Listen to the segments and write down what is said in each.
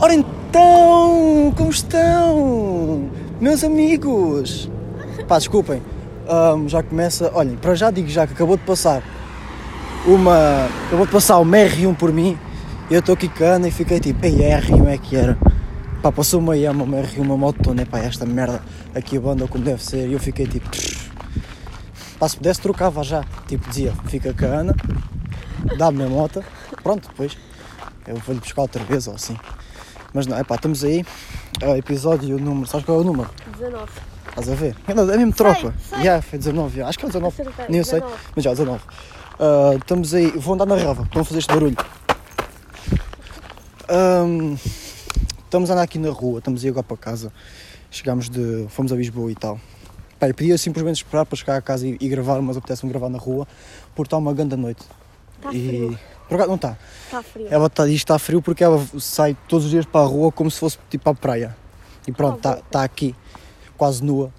Ora então, como estão, meus amigos? Pá, desculpem, ahm, já começa. Olhem, para já digo já que acabou de passar uma. Acabou de passar uma R1 por mim. Eu estou quicando e fiquei tipo, ei, R1 é que era. Pá, passou uma Yama, uma R1, uma moto, né? Pá, esta merda aqui a banda como deve ser. E eu fiquei tipo. Pá, se pudesse trocava já. Tipo, dizia, fica com a Ana, dá-me a moto, pronto, depois eu vou-lhe buscar outra vez ou assim. Mas não, é pá, estamos aí, é o episódio número, sabes qual é o número? 19. Estás a ver? É mesmo tropa. sei. Já, foi 19, já. acho que é 19, Acertei, nem eu sei, 19. mas já, 19. Ah, estamos aí, vou andar na rava, vão fazer este barulho. Ahm, estamos a andar aqui na rua, estamos aí agora para casa. Chegámos de. fomos a Lisboa e tal. Pá, eu podia simplesmente esperar para chegar a casa e, e gravar, mas apetece-me gravar na rua, porque está uma grande noite. Está e. Tá frio. Por acaso não está. Está frio. Ela tá, diz que está frio porque ela sai todos os dias para a rua como se fosse tipo à praia. E pronto, está tá aqui, quase nua.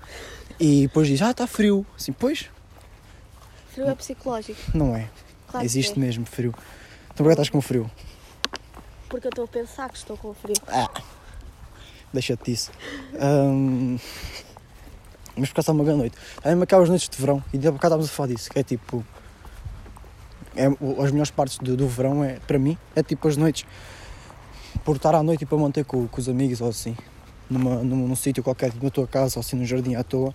E depois diz, ah, está frio. Assim, pois, Frio é psicológico. não é. Claro que Existe é. mesmo frio. Então porquê estás com frio? Porque eu estou a pensar que estou com frio. Ah, deixa-te disso. Ahm, mas por acaso está uma grande noite. Há mesmo aquelas noites de verão, e de bocado estávamos a falar disso, que é tipo. É, o- as melhores partes do, do verão, é, para mim, é tipo as noites. Por estar à noite e para manter com, com os amigos ou assim, numa, num, num sítio qualquer, tipo na tua casa ou assim, num jardim à toa,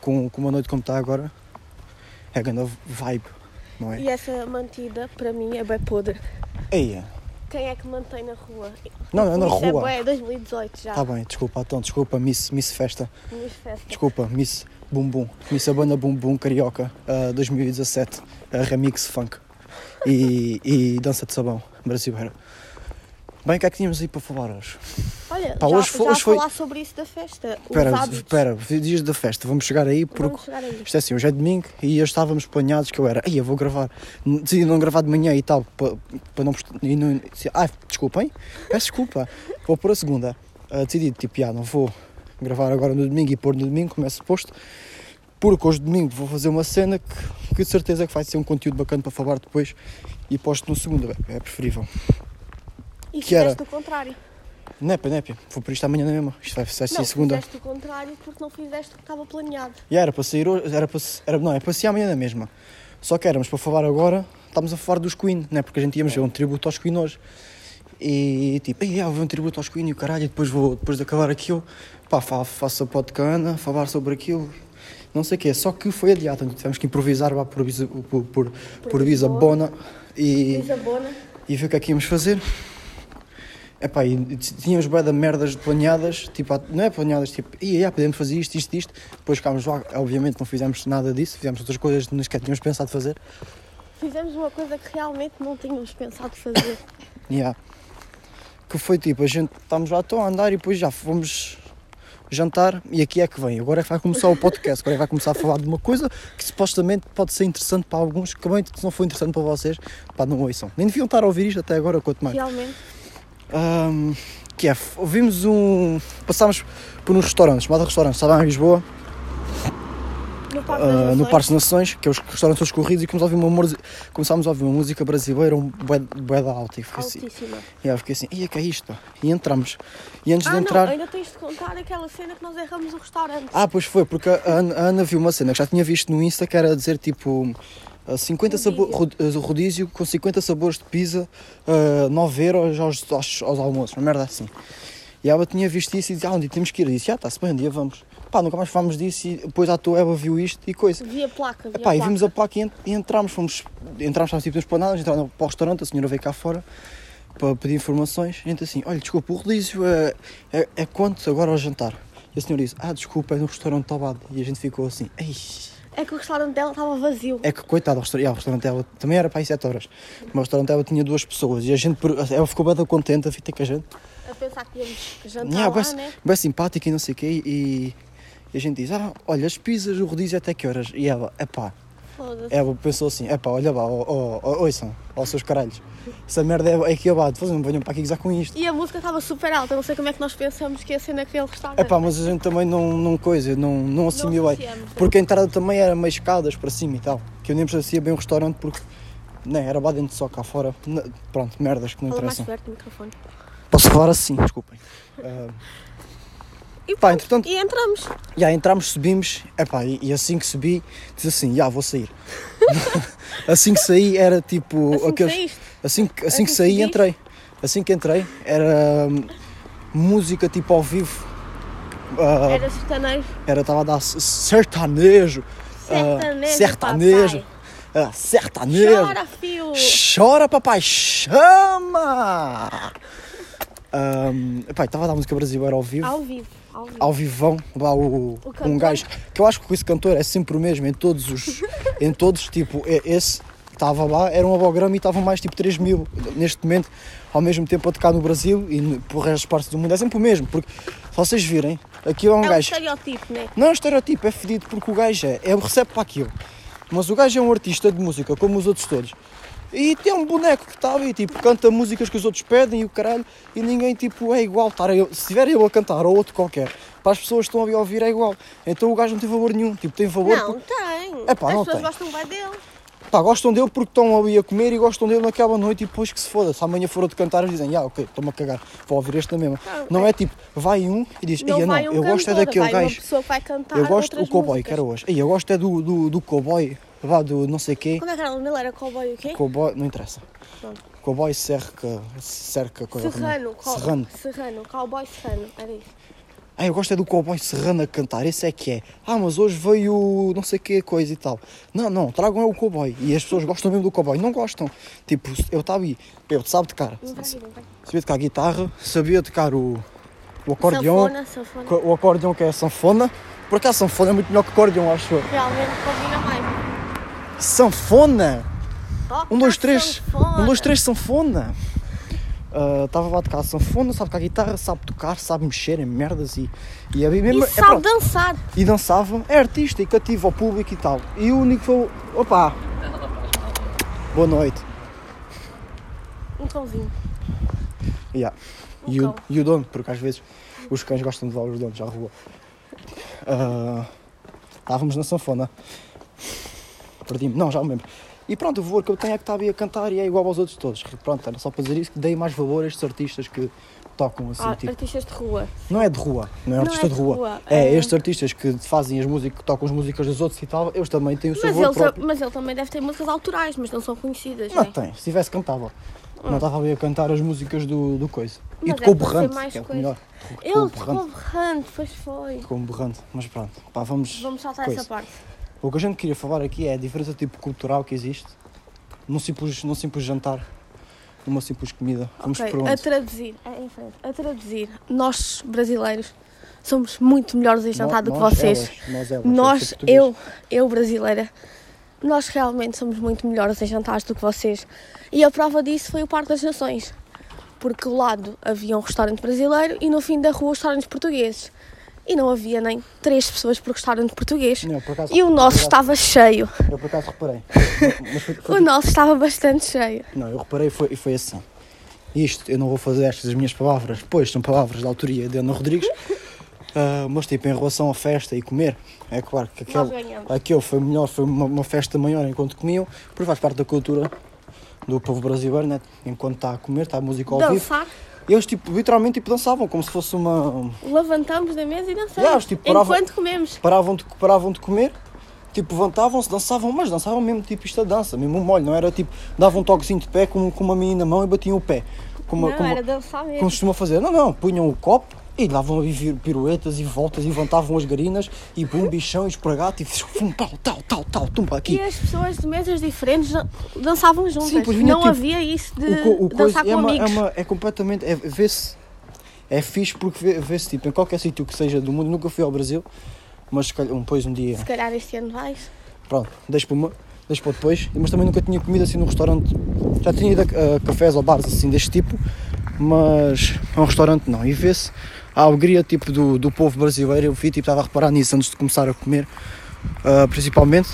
com, com uma noite como está agora, é a grande vibe, não é? E essa mantida, para mim, é bem podre. Eia, Quem é que mantém na rua? Não, não é na Isso rua. É, bué, 2018 já. está bem, desculpa, então, desculpa, miss, miss Festa. Minhas festas. Desculpa, Miss Bumbum, Miss Abana Bumbum Carioca, ah, 2017, ah, remix funk e, e dança de sabão brasileira. Bem, o que é que tínhamos aí para falar hoje? Olha, Pá, já, hoje foi- já hoje foi- falar sobre isso da festa. os Espera, hábitos. espera, dias da festa, vamos chegar aí porque Vamos chegar aí. isto é assim, hoje é domingo e hoje estávamos planeados que eu era, ai eu vou gravar, decidi não gravar de manhã e tal, para, para não, post- e não ai desculpem, peço desculpa, vou pôr a segunda, Ah, decidi tipo, ah, não vou gravar agora no domingo e pôr no domingo, como é suposto, porque hoje domingo vou fazer uma cena que, que de certeza que vai ser um conteúdo bacana para falar depois e posto no segundo, é é preferível. E que era- fizeste o contrário. Nepe, nepe, vou por isto amanhã na mesma, isto vai ser assim não, segunda. fizeste o contrário porque não fizeste o que estava planeado. E era para sair hoje, era para, se- era, não, é para sair amanhã na mesma. Só que éramos para falar agora, estávamos a falar dos Queen, né? Porque a gente íamos ver um tributo aos Queen hoje. E tipo, ei, vou ver um tributo aos Queen e o caralho, e depois vou, depois de acabar aquilo, pá, fa, faço a podcana, falar sobre aquilo, não sei o quê. Só que foi adiado, então tivemos que improvisar lá por, Ibiza- por, por, por Bisabona e, Lisabona. e ver o que é que íamos fazer. Epá, e t- tínhamos bué de merdas planeadas, tipo, a- não é planeadas, tipo, ia, ia, podemos fazer isto, isto, isto. Depois chegámos lá, obviamente não fizemos nada disso, fizemos outras coisas que nem sequer tínhamos pensado fazer. Fizemos uma coisa que realmente não tínhamos pensado fazer. Yeah. Que foi tipo, a gente estávamos lá, estão a andar e depois já fomos jantar e aqui é que vem. Agora é que vai começar o podcast, agora é que vai começar a falar de uma coisa que supostamente pode ser interessante para alguns, que bem, se não for interessante para vocês, pá, não ouçam. Nem deviam estar a ouvir isto até agora, quanto mais. Realmente. Ahm, que é, ouvimos um. Passámos por uns restaurantes, chamado restaurante, estava em Lisboa, No Parque ah, das no Nações. Parque das Nações, que é os restaurantes todos corridos, e começámos a ouvir uma, morzi- começámos a ouvir uma música brasileira, um bué- bué da alta. E fiquei assim, Altíssima. e eu fiquei assim, e que é isto? pá?" E entramos. E antes Ah, de não, entrar. ainda tens de contar aquela cena que nós erramos o restaurante. Ah, pois foi, porque a Ana, a Ana viu uma cena que já tinha visto no Insta que era dizer tipo ah, 50 sabo- rod- ah, rodízio com 50 sabores de pizza, ah, 9 euros aos, aos, aos almoços, uma merda assim. E ela tinha visto isso e disse, ah, um dia temos que ir. E disse, ah, está-se bem, um dia vamos. Pá, nunca mais falámos disso e depois à toa ela viu isto e coisa. Via placa, via Epá, e placa. vimos a placa e, ent e entramos, fomos, entramos, estávamos tipo nas planadas, entramos para o restaurante, a senhora veio cá fora para pedir informações. A gente assim, olha, desculpa, o rodízio é, é, é quanto agora ao jantar? E a senhora disse, ah, desculpa, é no restaurante Tabado. E a gente ficou assim, ei, É que o restaurante dela estava vazio. é que coitado, o restaurante, ah, o restaurante dela também era para aí 7 horas, mas o restaurante dela tinha duas pessoas e a gente, per- ela ficou bem contente a fita com a gente. A pensar que íamos jantar Yeah, lá, bem, né? bem simpática e não sei o quê. E, e a gente diz, ah, olha, as pizzas, o rodízio é até que horas? E ela, epá, Foda-se. ela pensou assim, epá, olha lá, ó, ó, ó, oiçam, ó seus caralhos, essa merda é, é aqui abado, vocês não venham para aqui gozar com isto. E a música estava super alta, não sei como é que nós pensamos que ia ser naquele restaurante. Epá, mas a gente também não, não coisa, não, não assimilei, associamos. é. porque a entrada também era meio escadas para cima e tal, que eu nem percebia bem o restaurante porque Não, era lá dentro só cá fora. N- Pronto, merdas que não Fala mais interessam. perto do microfone. Posso falar assim, desculpem. Ah, E, Pá, pronto, entretanto- e entramos. Já entramos, subimos, epá, e, e assim que subi, disse assim, já vou sair. assim que saí era tipo. Assim que aqueles- saíste. assim, que- assim assim que que saí subiste? entrei. Assim que entrei era hum, música tipo ao vivo. Ah, Era sertanejo. era, estava a dar s- sertanejo. ah, Sertanejo, sertanejo. papai. ah, sertanejo. Chora, fio. Chora, papai, chama! Ahm, epá, estava a dar música brasileira ao vivo, Ao vivo. Ao vivo. ao vivão, lá o, O cantor. um gajo, que eu acho que esse cantor é sempre o mesmo, em todos os, em todos, tipo, é- esse que estava lá, era um abograma e estavam mais tipo 3 mil, neste momento, ao mesmo tempo a tocar no Brasil e no- por resto das partes do mundo, é sempre o mesmo, porque, se vocês virem, aqui é um É um gajo estereótipo, né? não é um estereotipo, é fedido porque o gajo é, é recebe para aquilo. Mas o gajo é um artista de música, como os outros todos. E tem um boneco que está ali, tipo, canta músicas que os outros pedem e o caralho, e ninguém, tipo, é igual. Estar eu, se tiver eu a cantar ou outro qualquer, para as pessoas que estão ali a ouvir é igual. Então o gajo não tem valor nenhum, tipo, tem valor. Não, porque- tem. Epá, As não pessoas tem. gostam bem dele. Pá, gostam dele porque estão ali a comer e gostam dele naquela noite e depois que se foda. Se amanhã for outro cantar, eles dizem, ah, ok, estou-me a cagar, vou ouvir este na mesma. Ah, Não é tipo, vai um e diz, Não "Eia, não, vai um eu gosto é cantor, daquele vai gajo. Uma pessoa que vai cantar Eu gosto do Tá, outras cowboy, que músicas. era hoje. Ei, eu gosto é do, do, do cowboy, vá, do não sei quê. Como é que era? o nome dele? era cowboy o quê? Cowboy, não interessa. Pronto. Cowboy cerca, cerca, coisa como- Serrano, cow- é? Serrano. Serrano, cowboy serrano, era isso. Ah, eu gosto é do cowboy serrano a cantar, esse é que é. Ah, mas hoje veio não sei que coisa e tal. Não, não, tragam é o cowboy. E as pessoas gostam mesmo do cowboy, não gostam. Tipo, eu estava aí, eu sabe de cara. Não vai, não vai. Sabia tocar guitarra, sabia tocar o, o acordeão. Sanfona, sanfona. co- O acordeão que é a sanfona. Por acaso, a sanfona é muito melhor que o acordeão, acho eu. Realmente combina mais. Sanfona! Toca Um, dois, Tá três. sanfona. Um, dois, três, sanfona. Estava lá a tocar sanfona, sabe tocar guitarra, sabe tocar, sabe mexer em merdas e. E, havia E mesmo, é sabe pronto. dançar. e dançava, é artista e cativa ao público e tal. E o único foi. o- Opa! Boa noite. Um cãozinho. Yeah. Um E, o, cão. e o dono, porque às vezes os cães gostam de levar os donos à rua. Ah, estávamos na sanfona. Perdi-me. Não, já me lembro. E pronto, o valor que eu tenho é que estava a cantar e é igual aos outros todos. Pronto, era só para dizer isso que dei mais valor a estes artistas que tocam assim. Ah, tipo, artistas de rua. não é de rua, não é Não artista é de de rua. rua, É, é- estes artistas que fazem as músicas, que tocam as músicas dos outros e tal, eles também têm o seu Mas valor ele, ta- próprio. mas ele também deve ter músicas autorais, mas não são conhecidas, Não tá. né? tem, se tivesse cantava. Não estava ali a cantar as músicas do, do coisa. e Hum. Mas tocou é para ser berrante, mais que é o coisa. melhor. Ele berrante. ficou berrante, pois foi. com um berrante, mas pronto, pá, vamos. Vamos saltar coisa. essa parte. O que a gente queria falar aqui é a diferença tipo cultural que existe num simples, num simples jantar, numa simples comida. Vamos Ok, por onde? a traduzir, é em frente. A traduzir, nós brasileiros somos muito melhores em jantar do que Nós- vocês. elas, nós, elas, deve Nós, ser português. eu, eu brasileira, nós realmente somos muito melhores em jantares do que vocês. E a prova disso foi o Parque das Nações. Porque ao lado havia um restaurante brasileiro e no fim da rua restaurantes portugueses. E não havia nem três pessoas por restaurante português. Não, por acaso- e o nosso por acaso- estava cheio. Eu por acaso reparei. Mas foi- foi- O nosso estava bastante cheio. Não, eu reparei e foi, e foi assim. Isto, eu não vou fazer estas minhas palavras, pois são palavras da autoria de Ana Rodrigues, Ah, mas tipo, em relação à festa e comer, é claro que aquele, ganhamos. aquele foi melhor, foi uma, uma festa maior enquanto comiam, porque faz parte da cultura do povo brasileiro, né? enquanto está a comer, está a música ao vivo. Dançar, Eles tipo, literalmente tipo, dançavam, como se fosse uma. levantamos da mesa e Yeah, dançamos. eles, tipo, paravam- enquanto comemos. Paravam de, paravam de comer, tipo, levantavam-se, dançavam, mas dançavam mesmo tipo isto a dança, mesmo um molho, não era tipo, davam um toquezinho de pé com, com uma menina na mão e batiam o pé. Com uma- não, com uma- era dançar mesmo. como se costuma fazer. Não, não, punham o copo e davam ali vir- piruetas e voltas e levantavam as garinas e bum, bichão, e espragato e fum, pau, tal, tal, tal, tumba aqui. E as pessoas de mesas diferentes dan- dançavam juntas. Sim, pois vinha, não tipo, havia isso de O co- o dançar é, com uma- é amigos. uma- é completamente. É, vê-se. É fixe porque vê- vê-se tipo em qualquer sítio que seja do mundo. Nunca fui ao Brasil, mas se calhar, um, depois um dia. Se calhar este ano vais. Pronto, deixo para, uma- deixo para depois. Mas também nunca tinha comido assim num restaurante. Já tinha ido a, a cafés ou bares assim deste tipo, mas a um restaurante não. E vê-se a alegria tipo do, do povo brasileiro. Eu vi, tipo, estava a reparar nisso antes de começar a comer, ah, principalmente.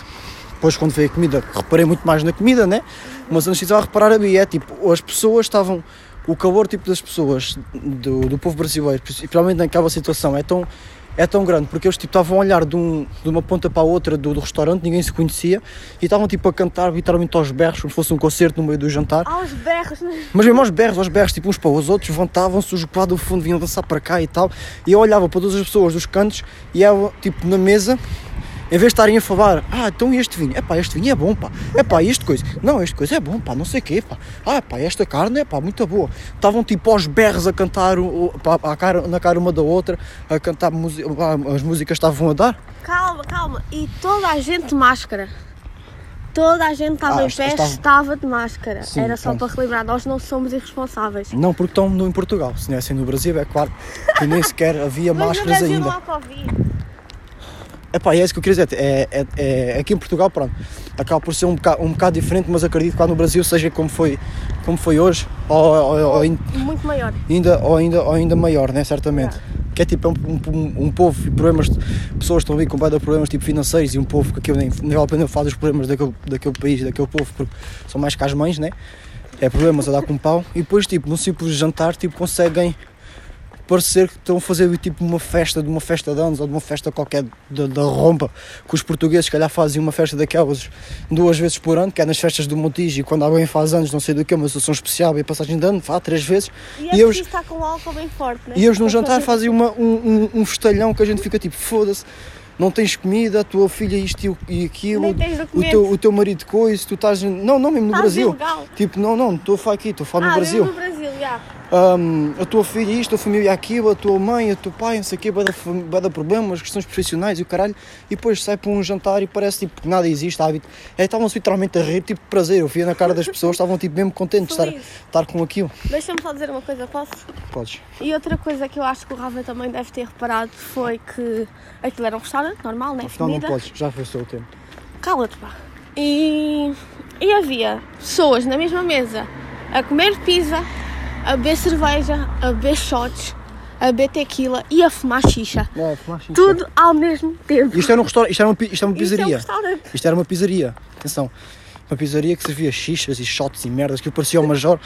Depois, quando veio a comida, reparei muito mais na comida, né? Mas antes disso, estava a reparar ali. É tipo, as pessoas estavam. O calor tipo das pessoas, do, do povo brasileiro, principalmente naquela situação, é tão é tão grande, porque eles tipo, estavam a olhar de, um- de uma ponta para a outra do, do restaurante, ninguém se conhecia, e estavam tipo a cantar literalmente aos berros, como se fosse um concerto no meio do jantar. Aos berros, né? Mas mesmo aos berros, aos berros, tipo uns para os outros, levantavam-se, os lá do fundo vinham dançar para cá e tal. E eu olhava para todas as pessoas dos cantos e eu, tipo, na mesa, em vez de estarem a falar, ah, então e este vinho? É pá, este vinho é bom, pá. É pá, este coisa? Não, este coisa é bom, pá, não sei o quê, pá. Ah, pá, esta carne é pá, muito boa. Estavam tipo aos berros a cantar o- o- pá, à cara- na cara uma da outra, a cantar musi- pá, as músicas que estavam a dar. Calma, calma. E toda a gente de máscara. Toda a gente estava Ah, em est- pé, estava- estava de máscara. Sim, Era só pronto. para relembrar, nós não somos irresponsáveis. Não porque estão no- em Portugal, se não é assim no Brasil, é claro, que nem sequer havia máscaras ainda. há Covid. Epá, é isso que eu queria dizer. É, é- é- aqui em Portugal, pronto, acaba por ser um bocado, um bocado diferente, mas acredito que lá no Brasil seja como foi, como foi hoje, ou, ou- ou ain- Muito maior. ainda, ou, ainda, ou ainda maior, né? Certamente. Que é tipo é um, um, um povo e problemas, de- pessoas estão ali com bué de problemas tipo financeiros e um povo que aquilo nem, nem vale a pena falar dos problemas daquele, daquele país, daquele povo, porque são mais que as mães, né? É problemas a dar com pau. E depois, tipo, num simples jantar, tipo, conseguem parecer que estão a fazer tipo uma festa de uma festa de anos ou de uma festa qualquer da, da rompa que os portugueses se calhar fazem uma festa daquelas duas vezes por ano que é nas festas do Montijo e quando alguém faz anos não sei do que mas sessão especial e passagem de ano vá três vezes E e é eles, preciso estar com álcool bem forte, né? e eles num Para jantar fazer- fazem uma, um, um, um festalhão que a gente fica tipo foda-se não tens comida, a tua filha isto e o- e aquilo, Nem tens o documentos. teu, o teu marido coisa, tu estás. Não, não, mesmo no Estás Brasil. ilegal. Tipo, não, não, estou a falar aqui, estou a falar Ah, no Brasil. mesmo no Brasil, já. Hum, a tua filha isto, a família aquilo, a tua mãe, o teu pai, não sei o quê, vai dar, vai dar problemas, questões profissionais e o caralho, e depois sai para um jantar e parece tipo que nada existe, hábito. É, estavam-se literalmente a rir, tipo de prazer, eu via na cara das pessoas, estavam tipo mesmo contentes de estar, Felizes. estar com aquilo. Deixa-me só dizer uma coisa, posso? Podes. E outra coisa que eu acho que o Rafa também deve ter reparado foi que aquilo era um restaurante normal, né? Afinal não Comida. podes, já foi o seu tempo. Cala-te, pá. E, e havia pessoas na mesma mesa a comer pizza, a beber cerveja, a beber shots, a beber tequila e a fumar xixa. Não, é fumar xixi. Tudo ao mesmo tempo. Isto era um restaurante, isto era uma, pi- isto é uma Isto é um pizzaria. restaurante. Isto era uma pizzaria, atenção. Uma pizzaria que servia xixas e shots e merdas, que parecia o Major.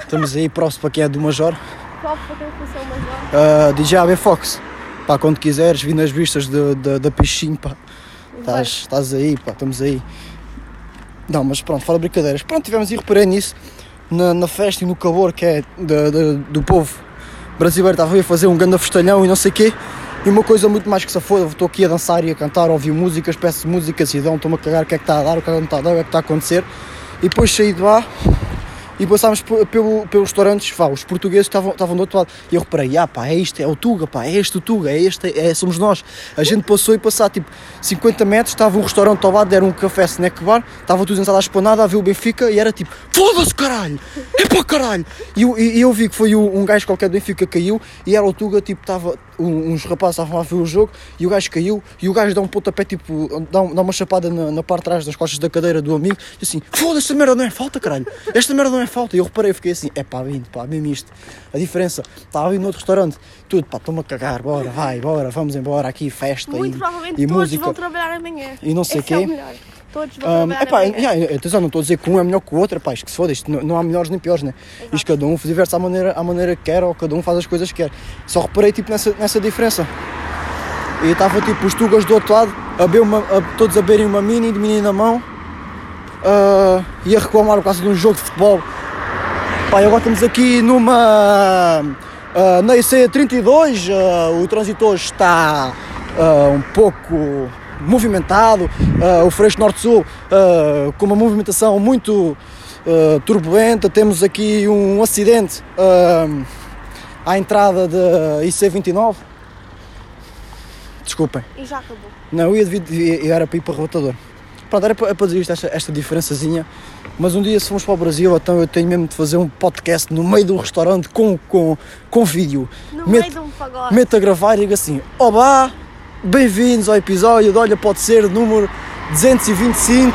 Estamos aí próximo para quem é do Major. Copo para quem conheceu o Major. Uh, DJ AB Fox, pá, quando quiseres, vi nas vistas de- de- da piscina, pá. Estás, estás aí, pá, estamos aí. Não, mas pronto, fora brincadeiras. Pronto, tivemos e reparei nisso na, na festa e no calor que é da- da- do povo brasileiro. Estava aí a fazer um grande festalhão e não sei o quê. E uma coisa muito mais que se foda, estou aqui a dançar e a cantar, ouvir músicas, peço músicas e dão, estou-me a cagar o que é que está a dar, o que é que não está a dar, o que é que está a acontecer. E depois saí de lá e passámos pe- pelo, pelos restaurantes, vá, os portugueses estavam, estavam do outro lado. E eu reparei, ah pá, é isto, é o Tuga, pá, é este o Tuga, é este, é, somos nós. A gente passou e passar tipo 50 metros, estava um restaurante ao lado, era um café snack bar, estava tudo sentado à esplanada a ver o Benfica e era tipo, foda-se caralho, é para caralho. E, eu- e- e eu vi que foi o- um gajo qualquer do Benfica caiu e era o Tuga, tipo, estava, um- uns rapazes estavam a ver o jogo e o gajo caiu e o gajo dá um pontapé, tipo, dá, um- dá uma chapada na, na parte de trás das costas da cadeira do amigo e assim, foda-se, esta merda não é falta, caralho, esta merda não é falta. E eu reparei, fiquei assim, é pá, vindo, pá, mesmo isto. A diferença, estava ali no outro restaurante, tudo, pá, estou-me a cagar, bora, vai, bora, vamos embora, aqui festa Muito e, provavelmente e todos música. vão trabalhar amanhã. e não sei Esse é quê. o melhor. Todos vão Um, trabalhar epá, amanhã. yeah, atenção, não estou a dizer que um é melhor que o outro, epá, isto que se foda, isto não, não há melhores nem piores, né? Isto cada um diverte-se à maneira, à maneira que quer ou cada um faz as coisas que quer. Só reparei tipo, nessa, nessa diferença. E estava tipo os tugas do outro lado, a beber uma, a- todos a beberem uma mini, de mini na mão, ah, e a reclamar por causa de um jogo de futebol. Pá, e agora estamos aqui numa. ah, na IC32, ah, o trânsito hoje está ah, um pouco movimentado, ah, o Freixo Norte-Sul ah, com uma movimentação muito ah, turbulenta. Temos aqui um acidente ah, à entrada da IC29. Desculpem. E já acabou. Não, eu, ia devido, eu era para ir para o relatador. Pronto, era para, é para dizer isto, esta, esta diferençazinha. Mas um dia, se formos para o Brasil, então eu tenho mesmo de fazer um podcast no meio de um restaurante com, com, com vídeo. No Met- meio de um pagode. meto a gravar e digo assim: Olá, bem-vindos ao episódio de Olha Pode Ser número 225.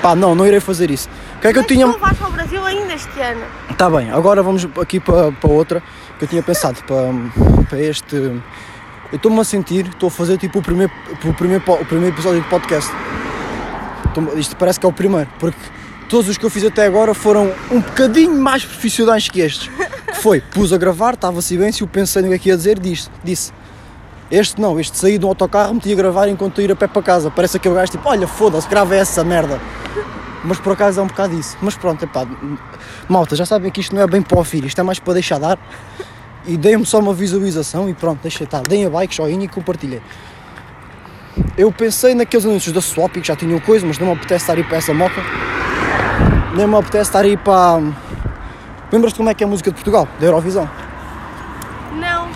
Pá, não, não irei fazer isso. O que é que eu Mas tinha. tu vais para o Brasil ainda este ano. Tá bem, agora vamos aqui para, para outra que eu tinha pensado, para, para este. Eu estou-me a sentir, estou a fazer tipo o primeiro, o primeiro, po- o primeiro episódio de podcast. Estou-me- Isto parece que é o primeiro, porque todos os que eu fiz até agora foram um bocadinho mais profissionais que estes. Que foi, pus a gravar, estava silêncio, pensei no que é que ia dizer, disse, disse. Este não, este saí de um autocarro, meti a gravar enquanto ia a pé para casa. Parece aquele gajo tipo, olha, foda-se, grava essa merda. Mas por acaso é um bocado isso. Mas pronto, epá, malta, já sabem que isto não é bem para ouvir, isto é mais para deixar dar. E deem-me só uma visualização e pronto, deixa estar. Deem a bike, joinha e compartilhem. Eu pensei naqueles anúncios da Swap que já tinham coisa, mas não me apetece estar a ir para essa moca. Nem me apetece estar a ir para. hum, Lembras-te como é que é a música de Portugal? Da Eurovisão? Não,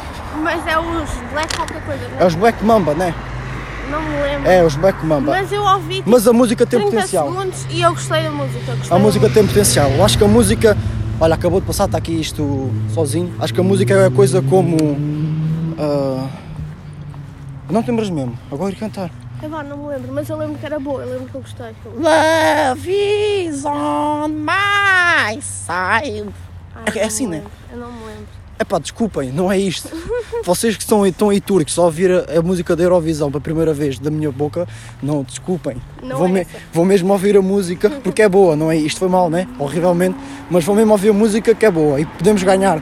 mas é os Black qualquer coisa, É os Black Mamba, né? não me lembro. É, os Black Mamba. Mas eu ouvi Mas a música tem 30 potencial. segundos e eu gostei da música. A música tem potencial. Eu acho que a música. Olha, acabou de passar, está aqui isto sozinho. Acho que a música é coisa como. ah, Não te lembras mesmo, agora ir cantar. não me lembro, mas eu lembro que era boa, eu lembro que eu gostei. Love is on my side. É- é assim, né? Eu não me lembro. Epá, desculpem, não é isto. Vocês que estão, aí- estão aí turcos a ouvir a, a música da Eurovisão pela primeira vez da minha boca, não, desculpem. Não vou, é me- essa. vou mesmo ouvir a música porque é boa, não é? Isto foi mal, né? Horrivelmente. Mas vou mesmo ouvir a música que é boa e podemos ganhar.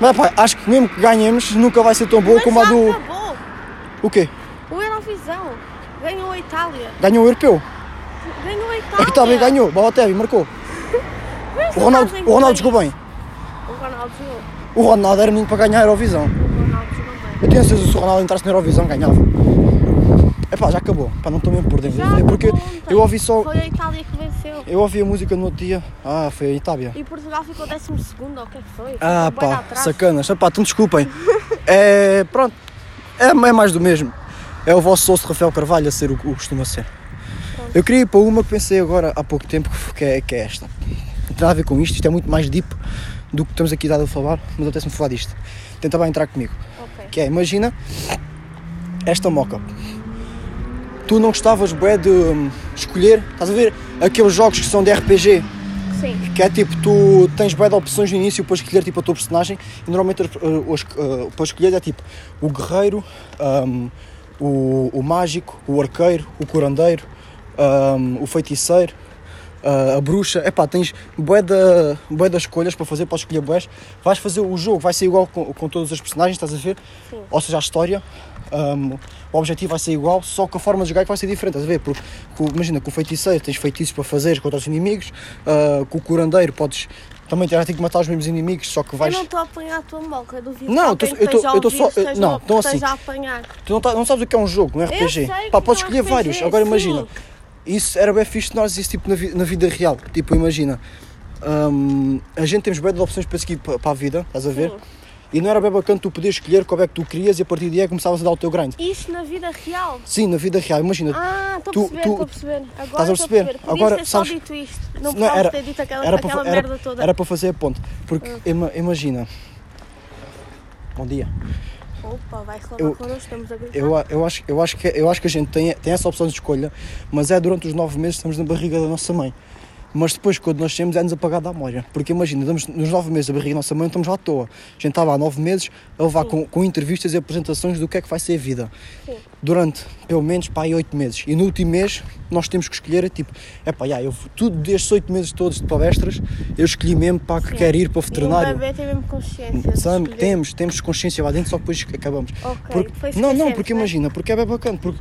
Mas epá, acho que mesmo que ganhemos, nunca vai ser tão boa Mas como a já do. acabou. O quê? O Eurovisão ganhou a Itália. Ganhou o europeu. Ganhou a A Itália. Itália É ganhou, Balotelli marcou. Ah, é. Mas O Ronaldo, sabem o Ronaldo que jogou ganhou. bem. O Ronaldo jogou. O Ronaldo era menino para ganhar a Eurovisão. O Ronaldo jogou bem. Eu tenho certeza que se o Ronaldo entrasse na Eurovisão ganhava. Epá, já acabou. Pá, não estou mesmo por dentro. Já É porque acabou ontem. eu ouvi só. Foi a Itália que venceu. Eu ouvi a música no outro dia. Ah, foi a Itália. E Portugal ficou 12 segundo, ou o que é que foi? Ah, Ficou bué pá, de atrás. sacanas. Epá, então desculpem. É. Pronto. É, é mais do mesmo. É o vosso osso Rafael Carvalho a ser o que o costuma ser. Eu queria ir para uma que pensei agora há pouco tempo, que é, que é esta. Não tem nada a ver com isto, isto é muito mais deep do que estamos aqui dado a falar, mas até-se-me falar disto. Tenta bem entrar comigo. Ok. Que é, imagina esta moca. Tu não gostavas bué de hum, escolher, estás a ver aqueles jogos que são de RPG, Sim. que é tipo, tu tens bué de opções no início para escolher tipo a tua personagem e normalmente as- eh, os- eh, para escolher é tipo o guerreiro, hum, o, o mágico, o arqueiro, o curandeiro, hum, o feiticeiro, ah, a bruxa, epá, tens bué, da, bué das escolhas para fazer, podes escolher bués, vais fazer o jogo, vai ser igual com, com todas as personagens, estás a ver? Ou seja, a história, hum, o objetivo vai ser igual, só que a forma de jogar é que vai ser diferente, estás a ver? Porque, com- imagina, com o feiticeiro tens feitiços para fazer contra os inimigos, ah, com o curandeiro podes também ter que matar os mesmos inimigos, só que Eu vais... não estou a apanhar a tua moca, duvido. Não, que eu tô- alguém eu tô- esteja a eu tô ouvir, só- eu- esteja- não, então esteja assim. a apanhar. Tu não, tá- não sabes o que é um jogo, um RPG. sei Pá, que podes é um escolher RPG, vários. Agora sim. imagina, isso era bem fixe de nós isso tipo na, vi- na vida real. Tipo, imagina, hum, a gente temos bem de opções para seguir pa- para a vida, estás a ver? E não era bem bacana tu poderes escolher qual é que tu querias e a partir daí é que começavas a dar o teu grind. Isto na vida real. Sim, na vida real, imagina. Ah, estou a Tu- perceber, tu- estou a perceber. Agora a estou perceber. Podias Agora, ter sabes- só dito isto. Não Não, era- precisávamos ter dito aquela, era para aquela fa- era- merda toda. Ah. Era para fazer a ponte. Porque ima- imagina. Bom dia. Opa, vai reclamar Eu- connosco, estamos a gritar. Eu, a- eu, acho, eu, acho que, eu acho que a gente tem, tem essa opção de escolha, mas é durante os nove meses que estamos na barriga da nossa mãe. Mas depois, quando nós temos, é-nos apagada a memória. Porque imagina, estamos nos nove meses da barriga da nossa mãe, não estamos lá à toa. A gente estava há nove meses a levar com, com entrevistas e apresentações do que é que vai ser a vida. Durante, pelo menos, pá, aí oito meses. E no último mês, nós temos que escolher, é tipo, é pá, já, eu, tudo, destes oito meses todos de palestras, eu escolhi mesmo, pá, que quero ir para o E veterinário. o bebê tem mesmo consciência. de Sabe, escolher. temos, temos consciência lá dentro, só que depois acabamos. Ok, depois não, não, esquecemos, porque né? imagina, porque é bem bacana, porque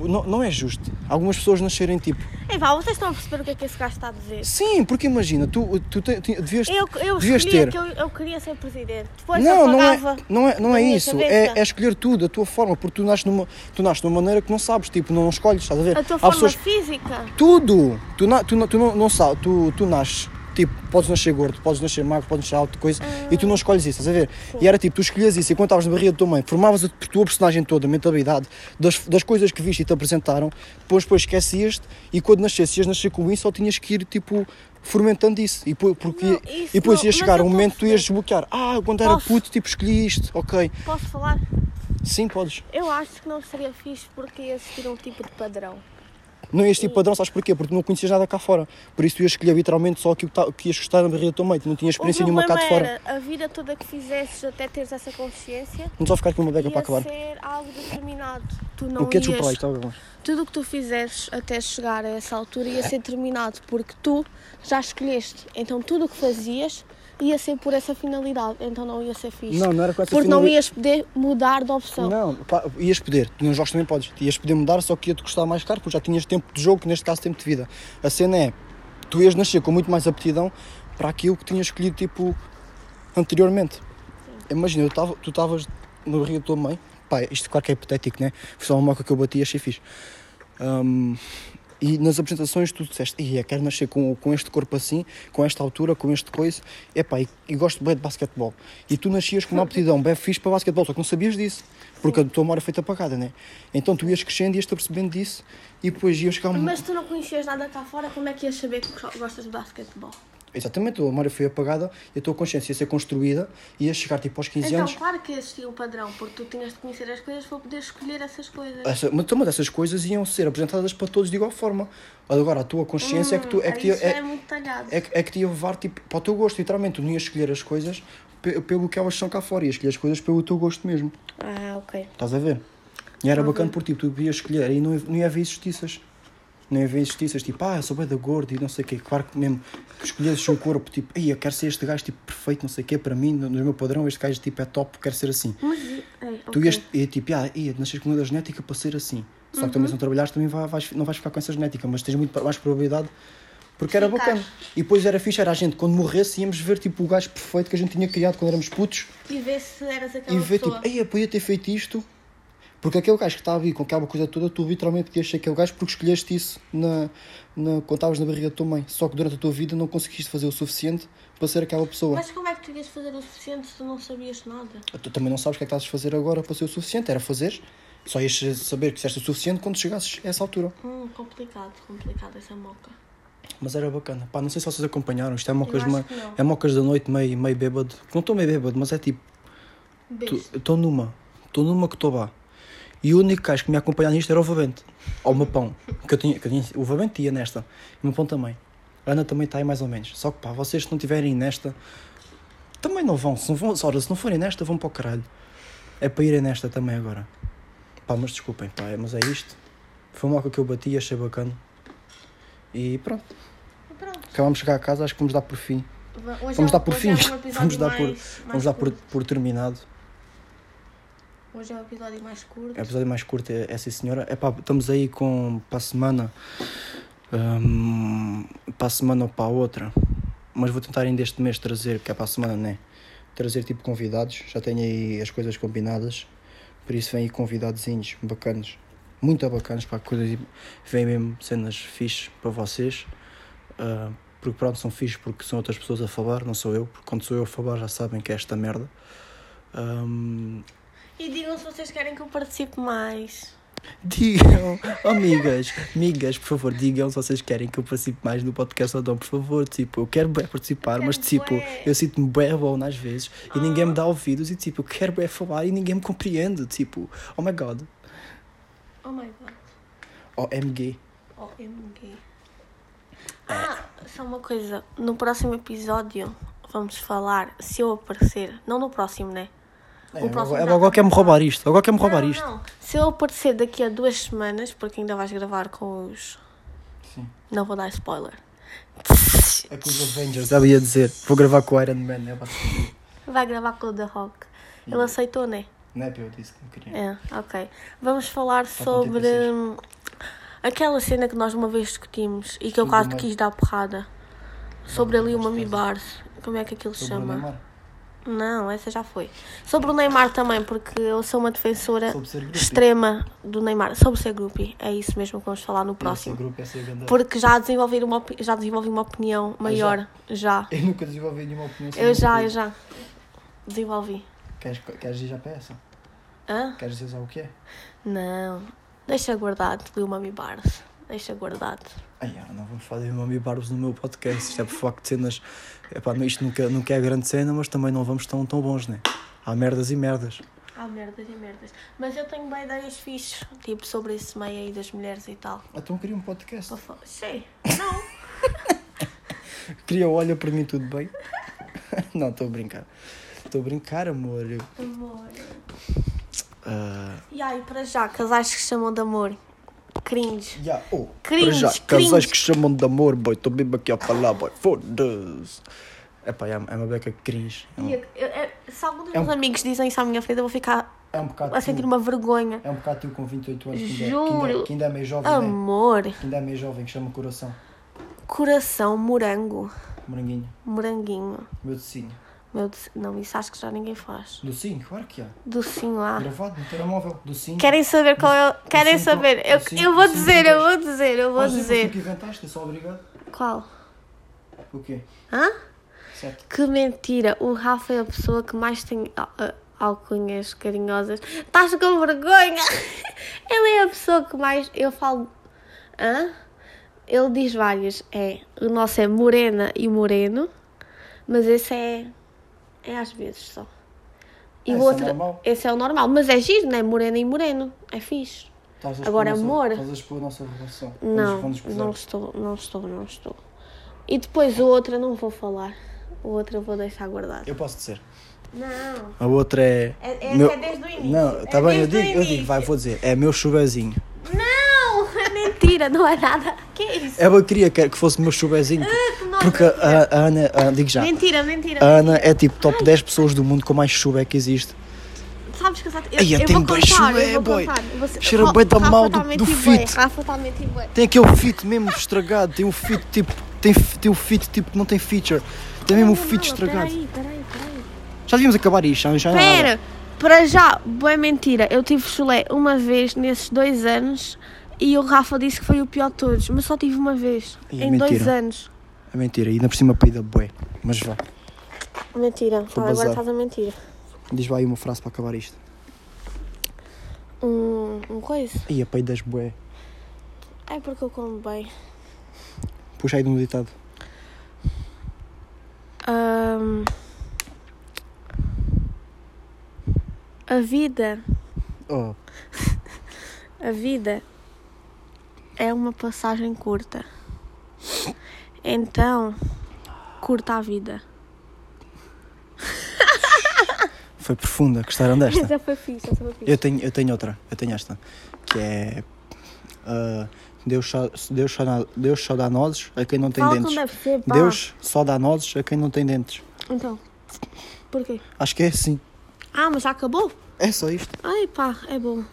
não, não é justo. Algumas pessoas nascerem tipo, Ei, vá, vocês estão a perceber o que é que esse gajo está a dizer. sim, porque imagina, tu, tu, te- te- devias, Eu, eu devias escolhia ter. que eu, eu queria ser presidente. Depois Não, eu não é, pagava. não é, não na é minha isso. É, cabeça. é escolher tudo, a tua forma, porque tu nasces, numa, tu nasces de uma maneira que não sabes, tipo, não escolhes, estás a ver? A tua Há forma pessoas- física. tudo. Tu, na, tu, na- tu não, não sabes, tu, tu nasces. Tipo, podes nascer gordo, podes nascer magro, podes nascer alto, coisa, e tu não escolhes isso, estás a ver? E era tipo, tu escolhias isso, enquanto estavas na barriga da tua mãe, formavas a tua personagem toda, a mentalidade, das, das coisas que viste e te apresentaram, depois, depois esquecias-te, e quando nascesse, ias nascer com isso, ou tinhas que ir, tipo, fomentando isso. E, po- porque, Não, e isso depois não, ia mas chegar eu um momento que tu ias estou desbloquear. Ah, quando era Posso? puto, tipo, escolhi isto, ok. Posso falar? Sim, podes. Eu acho que não seria fixe porque ia existir um tipo de padrão. Não ias tipo padrão, sabes porquê? Porque tu não conhecias nada cá fora. Por isso tu ias escolher literalmente só aquilo que, tá, que ias gostar na barriga da tua mãe. Tu não tinhas O experiência nenhuma cá um de problema fora. era a vida toda que fizesses até teres essa consciência Não só ficar com uma beca para ia acabar. ser algo determinado. Tu não O que é ias- chupar isto? Tá bom. Tudo o que tu fizeres até chegar a essa altura ia ser determinado porque tu já escolheste. Então tudo o que fazias ia ser por essa finalidade, então não ia ser fixe. Não, não era com essa Porque não finalidade. ias poder mudar de opção. Não, pá, ias poder, nos jogos também podes, ias poder mudar, só que ia-te custar mais caro, porque já tinhas tempo de jogo, que neste caso tempo de vida. A cena é, tu ias nascer com muito mais aptidão para aquilo que tinhas escolhido, tipo, anteriormente. Imagina, eu tava, tu estavas no barriga da tua mãe, pá, isto claro que é hipotético, né? Foi só uma moca que eu bati e achei fixe. Hum, e nas apresentações tu disseste, ia, quero nascer com, com este corpo assim, com esta altura, com este coisa, epá, e, e gosto bem de basquetebol. E tu nascias com uma aptidão bem fixe para basquetebol, só que não sabias disso, porque a tua memória foi apagada, né? Então tu ias crescendo e ias-te apercebendo disso, e depois ias chegar a um- Mas tu não conhecias nada cá fora, como é que ias saber que gostas de basquetebol? Exatamente, a memória foi apagada, e a tua consciência ia ser construída, e ias chegar tipo aos 15 Então, anos... claro que existia um padrão, porque tu tinhas de conhecer as coisas para poder escolher essas coisas. Essa, então, mas também essas coisas iam ser apresentadas para todos de igual forma. Agora, a tua consciência é que tu é que, te- Isso já é, é, muito talhado. é, que- é que te ia levar tipo, para o teu gosto, literalmente. Tu não ias escolher as coisas pe- pelo que elas são cá fora, ias escolher as coisas pelo teu gosto mesmo. Ah, ok. Estás a ver? E Uhum. era bacana por ti, tu podias escolher e não, não ia haver injustiças. Não ia haver injustiças, tipo, ah, eu sou bem da gorda e não sei o quê. Claro que mesmo que escolhesses um corpo, tipo, ei, eu quero ser este gajo tipo, perfeito, não sei o quê, para mim, no, no meu padrão, este gajo tipo, é top, quero ser assim. Mas, ei, Tu ok. Uhum. ias, ia tipo, ah, ia, nasces com uma da genética para ser assim. Só que também se não trabalhares também vai- vais- não vais ficar com essa genética, mas tens muito mais probabilidade porque era Ficares. bacana. E depois era fixe, era a gente, quando morresse, íamos ver tipo o gajo perfeito que a gente tinha criado quando éramos putos E ver se eras e aquela ver É pessoa. tipo, ia, podia ter feito isto. Porque aquele gajo que está ali com aquela coisa toda, tu literalmente podias ser aquele gajo porque escolheste isso na, na, quando estavas na barriga da tua mãe. Só que durante a tua vida não conseguiste fazer o suficiente para ser aquela pessoa. Mas como é que tu ias fazer o suficiente se tu não sabias nada? Tu também não sabes o que é que estás a fazer agora para ser o suficiente. Era fazer. Só ias saber que fizeste o suficiente quando chegasses a essa altura. Hum, complicado, complicado essa moca. Mas era bacana. Pá, não sei se vocês acompanharam. Isto é mocas, acho meio, que não. é mocas da noite, meio, meio bêbado. Não estou meio bêbado, mas é tipo... Beijo. Estou numa. Estou numa que estou lá. E o único gajo que me acompanhava nisto era o Vavente. Ou o Mapão. Que eu tinha, que eu tinha, o Vavente ia nesta. E o Mapão também. A Ana também está aí mais ou menos. Só que pá, vocês que não tiverem nesta... Também não vão. Se não, vão, ora, se não forem nesta, vão para o caralho. É para irem nesta também agora. Pá, mas desculpem, pá, é- mas é isto. Foi uma moca que eu bati, achei bacana. E pronto. Pronto, Acabamos de chegar a casa, acho que vamos dar por fim. va- hoje Vamos é, dar por hoje fim. é um episódio Vamos dar por, mais- mais vamos dar por, curto. por terminado. Hoje é um episódio mais curto. É o episódio mais curto é essa senhora. É pá, estamos aí com para a semana. hum, para a semana ou para a outra. Mas vou tentar ainda este mês trazer, que é para a semana, né? Trazer tipo convidados. Já tenho aí as coisas combinadas. Por isso vem aí convidadozinhos bacanas. Muito bacanas para coisas. tipo, Vêm mesmo cenas fixes para vocês. Ah, porque pronto, são fixes porque são outras pessoas a falar, não sou eu. Porque quando sou eu a falar já sabem que é esta merda. Hum, E digam se vocês querem que eu participe mais. Digam, oh, amigas, amigas, por favor, digam se vocês querem que eu participe mais no podcast ou não, por favor, tipo, eu quero bem participar, mas quero tipo, bué. Ah. eu sinto-me bem bom às vezes e ninguém me dá ouvidos e tipo, eu quero bem falar e ninguém me compreende, tipo, oh my god, Oh my god. Oh, oh MG, OMG. É. Ah, só uma coisa. No próximo episódio vamos falar se eu aparecer. Não no próximo, né? é, próximo agora, já agora tá quer-me roubar isto, agora quer-me roubar Não, isto, não. Se eu aparecer daqui a duas semanas, porque ainda vais gravar com os. Sim. Não vou dar spoiler. é com os Avengers, ela ia dizer, vou gravar com o Iron Man, né, Vai gravar com o The Rock. Ele aceitou, né? não é Tá para eu disse que não queria, É, ok. Vamos falar contente, sobre hum, aquela cena que nós uma vez discutimos e que eu Do quase Neymar. quis dar porrada. Sobre ali o Mami Bars. Como é que aquilo se Sobre o chama? Neymar, Não, essa já foi. Sobre o Neymar também, porque eu sou uma defensora Sobre ser groupie. extrema do Neymar. Sobre ser groupie. É isso mesmo que vamos falar no esse próximo. grupo, essa é a grande- Porque já desenvolvi uma, opi- já desenvolvi uma opinião maior. Já. eu nunca desenvolvi nenhuma opinião sobre Eu já, grupo. eu já. Desenvolvi. Queres, queres dizer já para essa? Hã? Queres dizer já o que é? Não. Deixa guardado, Lil Mami Bars. Deixa guardado. Ai, eu não vou fazer Mami Barbos no meu podcast. Isto é por facto de cenas. Epá, isto nunca, nunca é grande cena, mas também não vamos tão, tão bons, né? Há merdas e merdas. Há Ah, merdas e merdas. Mas eu tenho bem ideias fixes, tipo sobre esse meio aí das mulheres e tal. Então queria um podcast. Vou falar- Sei, não. Queria, olha para mim, tudo bem? não, estou a brincar. Estou a brincar, amor. Eu- Amor. Ah, E aí, para já, casais que chamam de amor. Cringe. já, oh, Cringe, para já, cringe. casais que chamam de amor, boy. Estou mesmo aqui a falar, boy. Foda-se. Epá, é, é uma beca cringe. É um, E eu- eu- eu- se algum dos É um- meus amigos dizem isso à minha frente, eu vou ficar é um bocado. a sentir tu- uma vergonha. É um bocado tu com 28 anos que ainda, que ainda, Juro. que ainda é meio jovem, né? Amor, Que ainda é meio jovem, que chama coração. coração, morango, Moranguinho. moranguinho. Meu docinho. Meu Deus, não, isso acho que já ninguém faz. Docinho, claro que é. Docinho lá. Gravado no telemóvel. Docinho. Ah. Querem saber qual é? o- Querem cinco- saber? Eu, do cinco- eu vou do cinco dizer, eu dois. vou dizer, eu vou Mas foi tu dizer. que inventaste, só obrigado. Qual? O quê? Hã? Certo. Que mentira! O Rafa é a pessoa que mais tem ah, ah, alcunhas carinhosas. Estás com vergonha! Ele é a pessoa que mais. Eu falo. Hã? Ele diz várias. É. O nosso é Morena e Moreno. Mas esse é. É às vezes só. E Esse o é outro. normal. esse é o normal. Mas é giro, não é? Morena e Moreno. É fixe. Estás a expor Agora, a nossa- amor. Estás a expor a nossa relação. Vamos- Não, vamos expor. não estou, não estou, não estou. E depois o outro eu não vou falar. O outro eu vou deixar guardado. Eu posso dizer. Não. A outra é. É- é- é desde o início. Não, tá É bem, eu desde o digo, eu digo, início. vai, vou dizer. É meu chuvezinho. Não! É mentira, não é nada. Que é isso? Ela queria que que fosse meu chuvezinho. que nojo, Porque a, a Ana. a- digo já. Mentira, mentira. A Ana é tipo top 10 pessoas do mundo com mais chuvé que existe. Sabes que eu, só- eu, Ai, eu eu tenho vou bué contar, chulé, eu vou boy. contar. Você- Cheira Ra- bué da Rafa mal tá do- a do mentir bué, fit. Rafa está a mentir bué. Tem aquele fit mesmo estragado. Tem um fit tipo. Tem, fi- tem um fit tipo que não tem feature. Tem mesmo um fit estragado. Ah. Peraí, peraí, peraí. Já devíamos acabar isto, já- já não há nada. Pera, para já, boa mentira. Eu tive chulé uma vez nesses dois anos e o Rafa disse que foi o pior de todos, mas só tive uma vez. Ih, em mentira. dois anos. É mentira, ainda por cima peida bué. Mas vá, Mentira, Foi Pá, agora bazar. estás a mentir. diz lá aí uma frase para acabar isto. Um, um coisa? Ia peidas bué. É porque eu como bem. Puxa aí de um ditado. Ahm, a vida, Oh, a vida é uma passagem curta. Então, curta a vida. foi profunda, gostaram desta? Essa foi fixe, essa foi fixe. Eu tenho, eu tenho outra, eu tenho esta. Que é. ah, Deus, só, Deus, só dá, Deus só dá nozes a quem não tem Fala como dentes. deve ser, pá. Deus só dá nozes a quem não tem dentes. Então, porquê? Acho que é assim. Ah, mas já acabou? É só isto. Ai pá, é bom.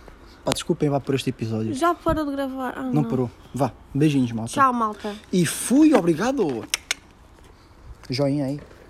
Pá, desculpem, vá por este episódio. Já parou de gravar? Ah, Não não. parou. Vá, beijinhos, malta. Tchau, malta. E fui, obrigado. Joinha aí.